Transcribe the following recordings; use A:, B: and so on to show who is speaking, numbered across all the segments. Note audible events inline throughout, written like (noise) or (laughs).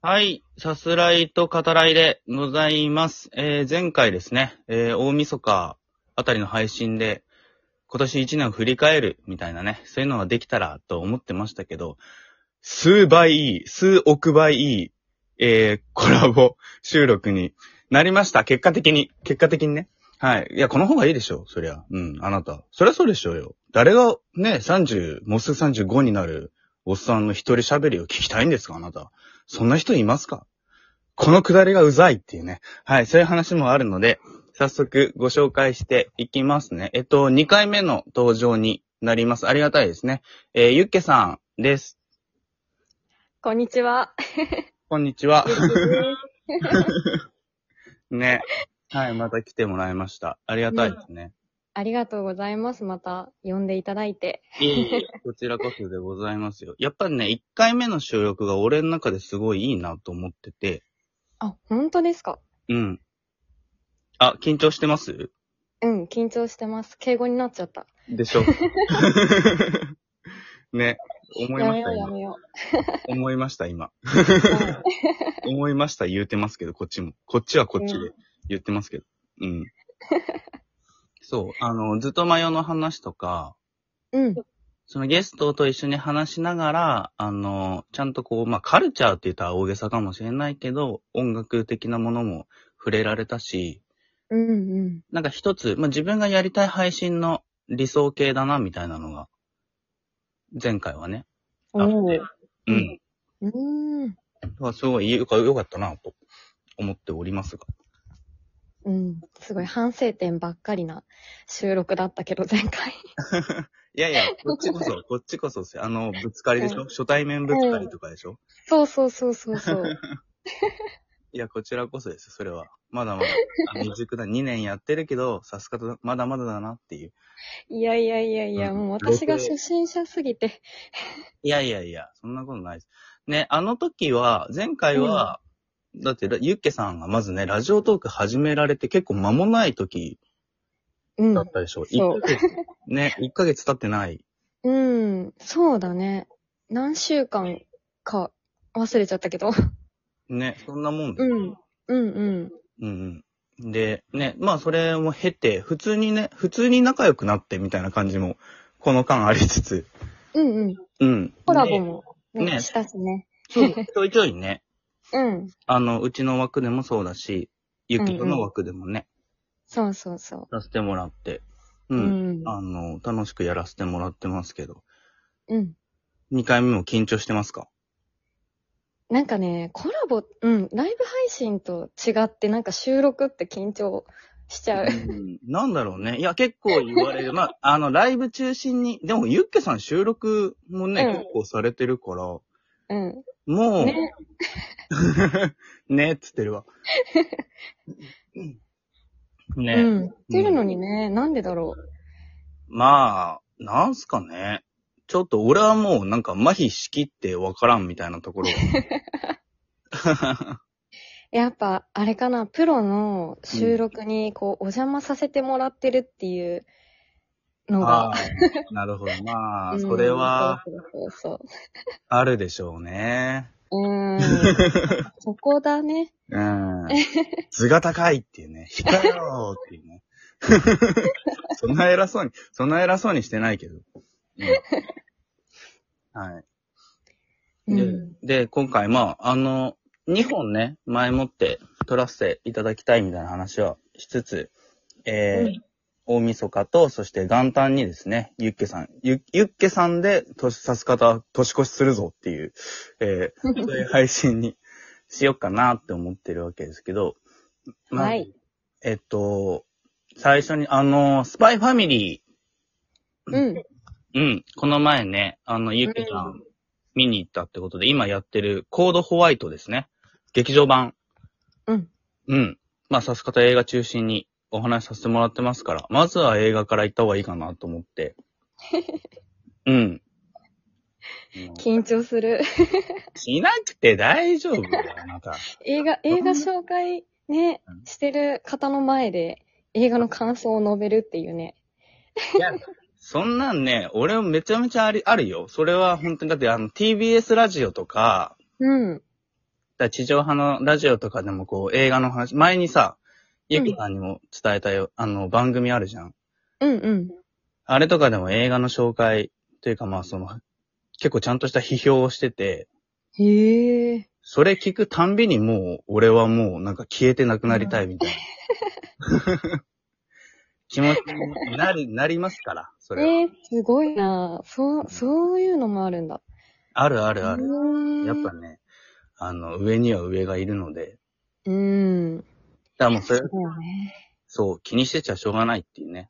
A: はい。さすらいと語らいでございます。えー、前回ですね、えー、大晦日あたりの配信で、今年1年を振り返るみたいなね、そういうのができたらと思ってましたけど、数倍いい、数億倍いい、えー、コラボ収録になりました。結果的に、結果的にね。はい。いや、この方がいいでしょう、そりゃ。うん、あなた。そりゃそうでしょうよ。誰がね、30、もうすぐ35になるおっさんの一人喋りを聞きたいんですか、あなた。そんな人いますかこのくだりがうざいっていうね。はい、そういう話もあるので、早速ご紹介していきますね。えっと、2回目の登場になります。ありがたいですね。えーゆっけさんです。
B: こんにちは。
A: (laughs) こんにちは。
B: は
A: ね。はい、また来てもらいました。ありがたいですね。
B: ありがとうございます。また呼んでいただいて。
A: いえいえ、こちらこそでございますよ。やっぱね、1回目の収録が俺の中ですごいいいなと思ってて。
B: あ、本当ですか
A: うん。あ、緊張してます
B: うん、緊張してます。敬語になっちゃった。
A: でしょ。 (laughs) ね、思い
B: や
A: まし
B: めよ
A: た、
B: うや
A: 今。
B: めよ
A: 思いました、今。
B: う。
A: 思いました、言うてますけど、こっちも。こっちはこっちで言ってますけど。うん。そう、あの、ずっとマヨの話とか、
B: うん、
A: そのゲストと一緒に話しながら、あの、ちゃんとこう、まあ、カルチャーって言ったら大げさかもしれないけど、音楽的なものも触れられたし、
B: うん、うん。
A: なんか一つ、まあ、自分がやりたい配信の理想系だな、みたいなのが、前回はね。あ
B: お
A: って
B: ー
A: うん。
B: うーん。
A: まあすごいよか良かったな、と思っておりますが。
B: うん。すごい反省点ばっかりな収録だったけど、前回。 (laughs)
A: いやいや、 (laughs) こっちこそ、こっちこそっすよあの、ぶつかりでしょ、
B: う
A: 初対面ぶつかりとかでしょ、
B: そうそうそうそ
A: (laughs)
B: うそう。
A: いや、こちらこそです、それは。まだまだ。 (laughs) あ未熟だ、2年やってるけど、さすがだ、まだまだだなっていう。
B: いやいやいやいや、
A: うん
B: もう私が初心者すぎて。
A: いやいやいや、そんなことないです。ね、あの時は、前回は、だって、らユッケさんがまずね、ラジオトーク始められて結構間もない時
B: うん
A: だっ。たでしょ、う
B: そう
A: 1ヶ月。ね、1ヶ月経ってない。
B: うん、そうだね。何週間か忘れちゃったけど。
A: ね、そんなもんで
B: う
A: すよ
B: ん。うんうん。
A: うんうん。で、ね、まあそれも経て、普通にね、普通に仲良くなってみたいな感じも、この間ありつつ。
B: うんうん。
A: うん。
B: コラボも、ね
A: ね
B: したしね。
A: で。そう、ちょいちょいね、
B: うん。
A: あの、うちの枠でもそうだし、ゆきとの枠でもね、
B: そうそうそ
A: させてもらって、う、
B: う。うんん。
A: あの、楽しくやらせてもらってますけど、
B: うん。
A: 2回目も緊張してますか
B: なんかね、コラボ、うん、ライブ配信と違って、なんか収録って緊張しちゃう。
A: うんなんだろうね。いや、結構言われる。まあ、あの、ライブ中心に、でも、ゆっけさん収録もね、
B: うん
A: 結構されてるから、も
B: うん。
A: う、
B: ね。
A: (laughs) ねっつってる
B: (laughs)
A: わ。ね、
B: うん。ってるのにね、なんでだろう。
A: まあ、なんすかね。ちょっと俺はもうなんか麻痺しきってわからんみたいなとこ
B: (laughs)
A: ろが。
B: やっぱ、あれかな、プロの収録に、こう、お邪魔させてもらってるっていうの
A: あ
B: が。
A: あなるほど。まあ、
B: うん
A: それは、
B: そうそう
A: あるでしょうね。
B: そう。 (laughs) うん。そこだね。
A: うん。図が高いっていうね。控えろーっていうね。 (laughs) そんな偉そうに、そんな偉そうにしてないけど。うん、はい。
B: う
A: で
B: ん。
A: で、今回、まあ、あの、2本ね、前もって撮らせていただきたいみたいな話はしつつ、えー
B: うん
A: 大晦日と、そして元旦にですね、ユッケさん、ユユッケさんで、年さす方、年越しするぞっていう、
B: (laughs)
A: えーそういう配信にしようかなって思ってるわけですけど、まあ
B: はい。
A: えっと、最初に、あの、スパイファミリ
B: うん。
A: ー、うん、この前ね、あの、ユッケさん、見に行ったってことで、今やってるコードホワイトですね。劇場版。
B: うん。
A: うん。まあ、さす方映画中心にお話しさせてもらってますから、まずは映画から行った方がいいかなと思 (laughs) って。うん。
B: 緊張する。
A: しなくて大丈夫だよ、あなた。
B: 映画、映画紹介ね
A: うん、
B: してる方の前で映画の感想を述べるっていうね。
A: いや、そんなんね、俺もめちゃめちゃあり、あるよ。それは本当に、だってあの、TBS ラジオとか、
B: うん。
A: だから地上波のラジオとかでもこう映画の話、前にさ、ゆきさんにも伝えたよ、あの番組あるじゃん。
B: うんうん。
A: あれとかでも映画の紹介というかまあその、結構ちゃんとした批評をしてて、
B: へえ。
A: それ聞くたんびにもう、俺はもうなんか消えてなくなりたいみたいな。
B: (laughs)
A: 気持ちになり、なりますから、そ
B: え
A: れは。
B: ー、すごいなそう、そういうのもあるんだ。
A: あるあるある。
B: る
A: やっぱね、あの、上には上がいるので、
B: うん。
A: だからもうそれ
B: そ、うだよね。
A: そう、気にしてちゃしょうがないっていうね。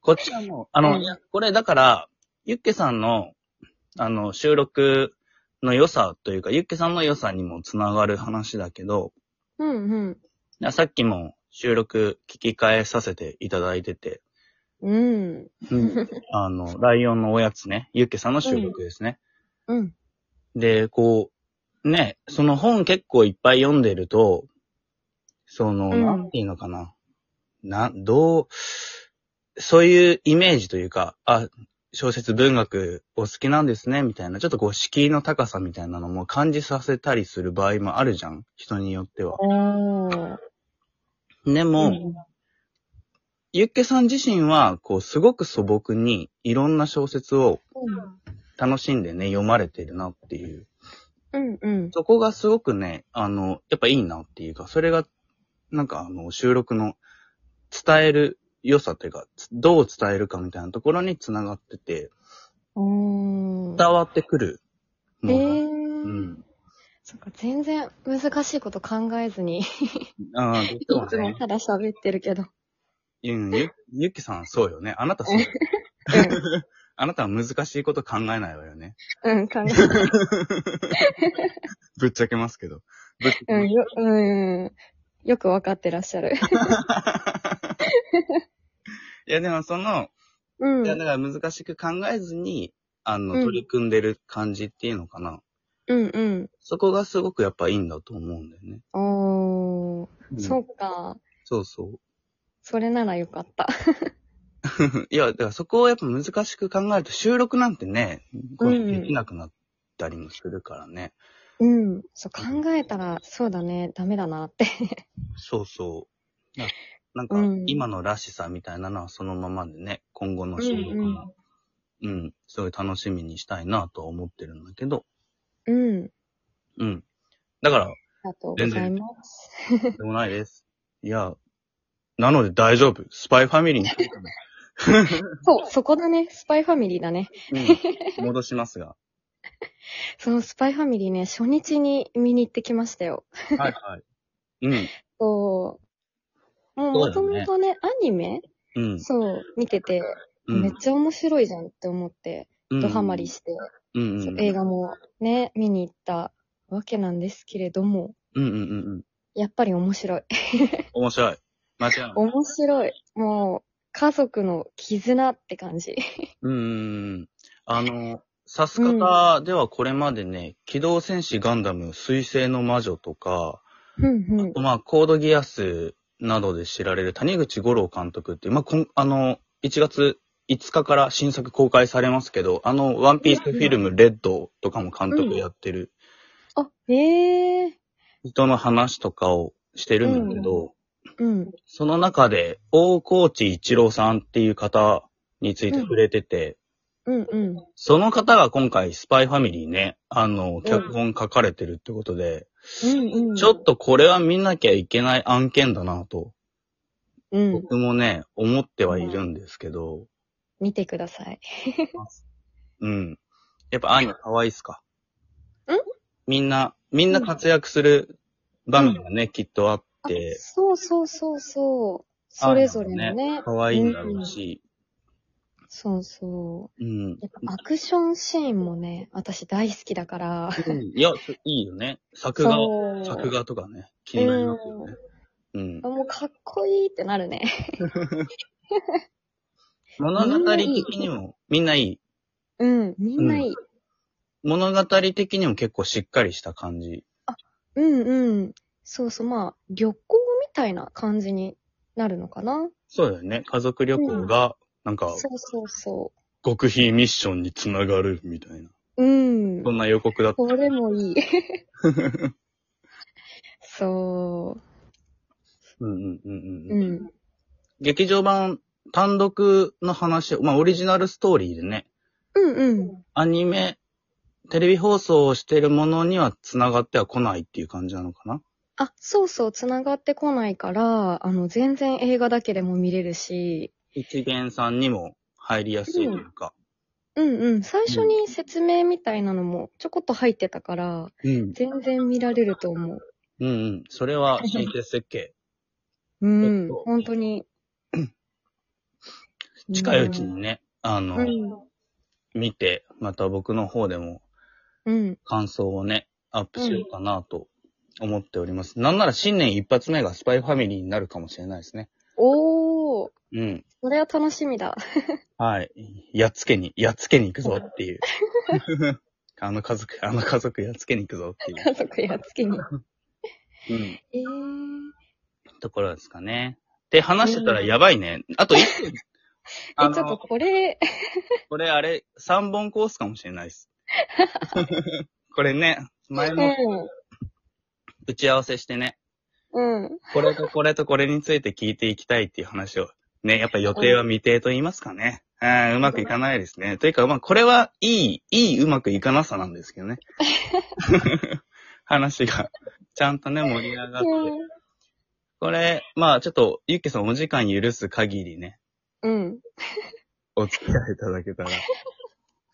A: こっちはもう、あの、
B: うん
A: いやこれだから、ユッケさんの、あの、収録の良さというか、ユッケさんの良さにもつながる話だけど、
B: うんうん。
A: いやさっきも収録聞き返させていただいてて、
B: うん。
A: あの、ライオンのおやつね、ユッケさんの収録ですね。
B: うん。
A: で、こう、ね、その本結構いっぱい読んでると、その、
B: うん
A: なんていうのかな。な、どう、そういうイメージというか、あ、小説文学お好きなんですね、みたいな、ちょっとこう敷居の高さみたいなのも感じさせたりする場合もあるじゃん。人によっては。
B: ああ。
A: でも、ゆっけさん自身は、こう、すごく素朴に、いろんな小説を楽しんでね、読まれてるなっていう。
B: うんうん。
A: そこがすごくね、あの、やっぱいいなっていうか、それが、なんかあの、収録の伝える良さというか、つどう伝えるかみたいなところに繋がってて、
B: うん。
A: 伝わってくる
B: え
A: ものが。う
B: ー、
A: ん。
B: そっか、全然難しいこと考えずに、い
A: ああ、どうし
B: つ
A: ても
B: も
A: ね。
B: ただ喋ってるけど。
A: うんゆ、ゆきさんそうよね。あなたそう。 (laughs) あなたは難しいこと考えないわよね。
B: うん、うん、考え、
A: ぶっちゃけますけど。ぶっちゃけ
B: うん、よ、うん。よくわかってらっし
A: (laughs)
B: ゃる。
A: いや、でもその、
B: う
A: いや、
B: ん。
A: だから難しく考えずに、あの、
B: うん
A: 取り組んでる感じっていうのかな。
B: うんうん。
A: そこがすごくやっぱいいんだと思うんだよね。
B: おー、
A: うん
B: そっか。
A: そう (laughs) そ
B: それならよかった。
A: う。いや、だからそこをやっぱ難しく考えると収録なんてね、こう
B: うんうん
A: できなくなったりもするからね。
B: うん。そう考えたら、そうだね、ダメだなって。
A: そうそう。ななんか
B: うん、
A: 今のらしさみたいなのはそのままでね、今後の収録も、うん、すごい楽しみにしたいなとは思ってるんだけど、
B: うん。
A: うん。だから、
B: ありがとうございます。
A: とんでもないです。いや、なので大丈夫。スパイファミリーに、
B: そう、そこだね。スパイファミリーだね。
A: うん、戻します
B: (laughs)
A: が。
B: そのスパイファミリーね、初日に見に行ってきましたよ。
A: はいはい。うん、
B: そう。もう
A: そう
B: も
A: だ
B: と
A: よね
B: もとね、アニメ
A: うん。
B: そう、見てて、
A: うん
B: めっちゃ面白いじゃんって思って、ドハマり
A: し、
B: して、
A: うんうん
B: そう
A: うん、
B: 映画もね、見に行ったわけなんですけれども、
A: うんうんうんうん。
B: やっぱり面
A: (laughs)
B: 白い。
A: 面白い。間違いない。
B: 面白い。もう、家族の絆って感じ。
A: うんうんうん。あの、サスカタではこれまでね、機動戦士ガンダム、水星の魔女とか、
B: うんうん。
A: まあ、コードギアスなどで知られる谷口五郎監督っていう、まあ、こんあの、1月5日から新作公開されますけど、あの、ワンピースフィルム、レッドとかも監督やってる
B: (laughs) あ、ええー。
A: 人の話とかをしてるんだけど、
B: うん。
A: その中で、大河内一郎さんっていう方について触れてて、
B: うんうん。
A: その方が今回、スパイファミリーね、あの、脚本書かれてるってことで、
B: うんうん。
A: ちょっとこれは見なきゃいけない案件だなと、
B: うん。
A: 僕もね、思ってはいるんですけど、
B: 見てください。
A: うん。やっぱアーニャ可愛いっすか
B: ん
A: みんな、みんな活躍する場面がね、きっとあって、
B: そうそうそうそう。それぞれのね。
A: 可愛いんだろうし、
B: そうそ
A: うん
B: う。。やっぱアクションシーンもね、私大好きだから。
A: いや、すいいよね。作画、
B: そう。
A: 作画とかね、気になりますよね。うん。
B: あもうかっこいいってなるね。
A: 物語的にも、みんないい。
B: うん。みんないい。
A: 物語的にも結構しっかりした感じ。
B: うんうん。そうそう。まあ、旅行みたいな感じになるのかな。
A: そうだよね。家族旅行が、なんか、
B: そうそうそ
A: 極秘ミッションにつながるみたいな。
B: う。う
A: (laughs)
B: ん
A: そ。んな予告だった。
B: これもいい。そ
A: うんうんうん
B: う。
A: う。
B: うんん。
A: 劇場版単独の話を、まあオリジナルストーリーでね、
B: うんうん。
A: アニメ、テレビ放送をしてるものには繋がっては来ないっていう感じなのかな
B: あ、そうそう、繋がってこないから、あの、全然映画だけでも見れるし、
A: 一元さんにも入りやすいというか。
B: うんうん、最初に説明みたいなのもちょこっと入ってたから、
A: うん。
B: 全然見られると思う。
A: うんうん。それは神経設計。
B: うん、
A: ちょっと
B: 本当に。
A: 近いうちにね、あの、
B: うん。
A: 見て、また僕の方でも
B: うん。
A: 感想をね、アップしようかなと思っております。なんなら新年一発目がスパイファミリーになるかもしれないですね。
B: おー、
A: うん。
B: それは楽しみだ。 (laughs)
A: はい。やっつけに、やっつけに行くぞっていう。 (laughs) あの家族、あの家族やっつけに行くぞってい
B: 家族やっつけに。
A: う。うん。
B: えー。
A: ところですかね。で、話してたらやばいね。あと1分。
B: (laughs)
A: あ
B: え、ちょっと
A: の、
B: これ、
A: これあれ、3本コースかもしれない (laughs) です。これね、前
B: う
A: の
B: ん。
A: 打ち合わせしてね、
B: うん。
A: これとこれとこれについて聞いていきたいっていう話を。ね、やっぱ予定は未定と言いますかね。うん、うまくいかないですね。というか、まあ、これはいい、いいうまくいかなさなんですけ (laughs) どね。話が、ちゃんとね、盛り上がって。これ、まあ、ちょっと、ゆっけさんお時間許す限りね、
B: うん。
A: お付き合いいただけたら、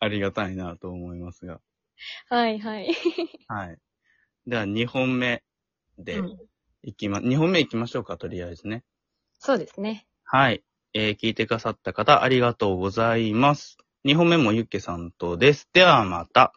A: ありがたいなと思いますが。
B: はいはい。
A: はい。では、2本目で
B: うん
A: いきま、2本目いきましょうか、とりあえずね。
B: そうですね。
A: はい。えー聞いてくださった方、ありがとうございます。2本目もゆっけさんとです。ではまた。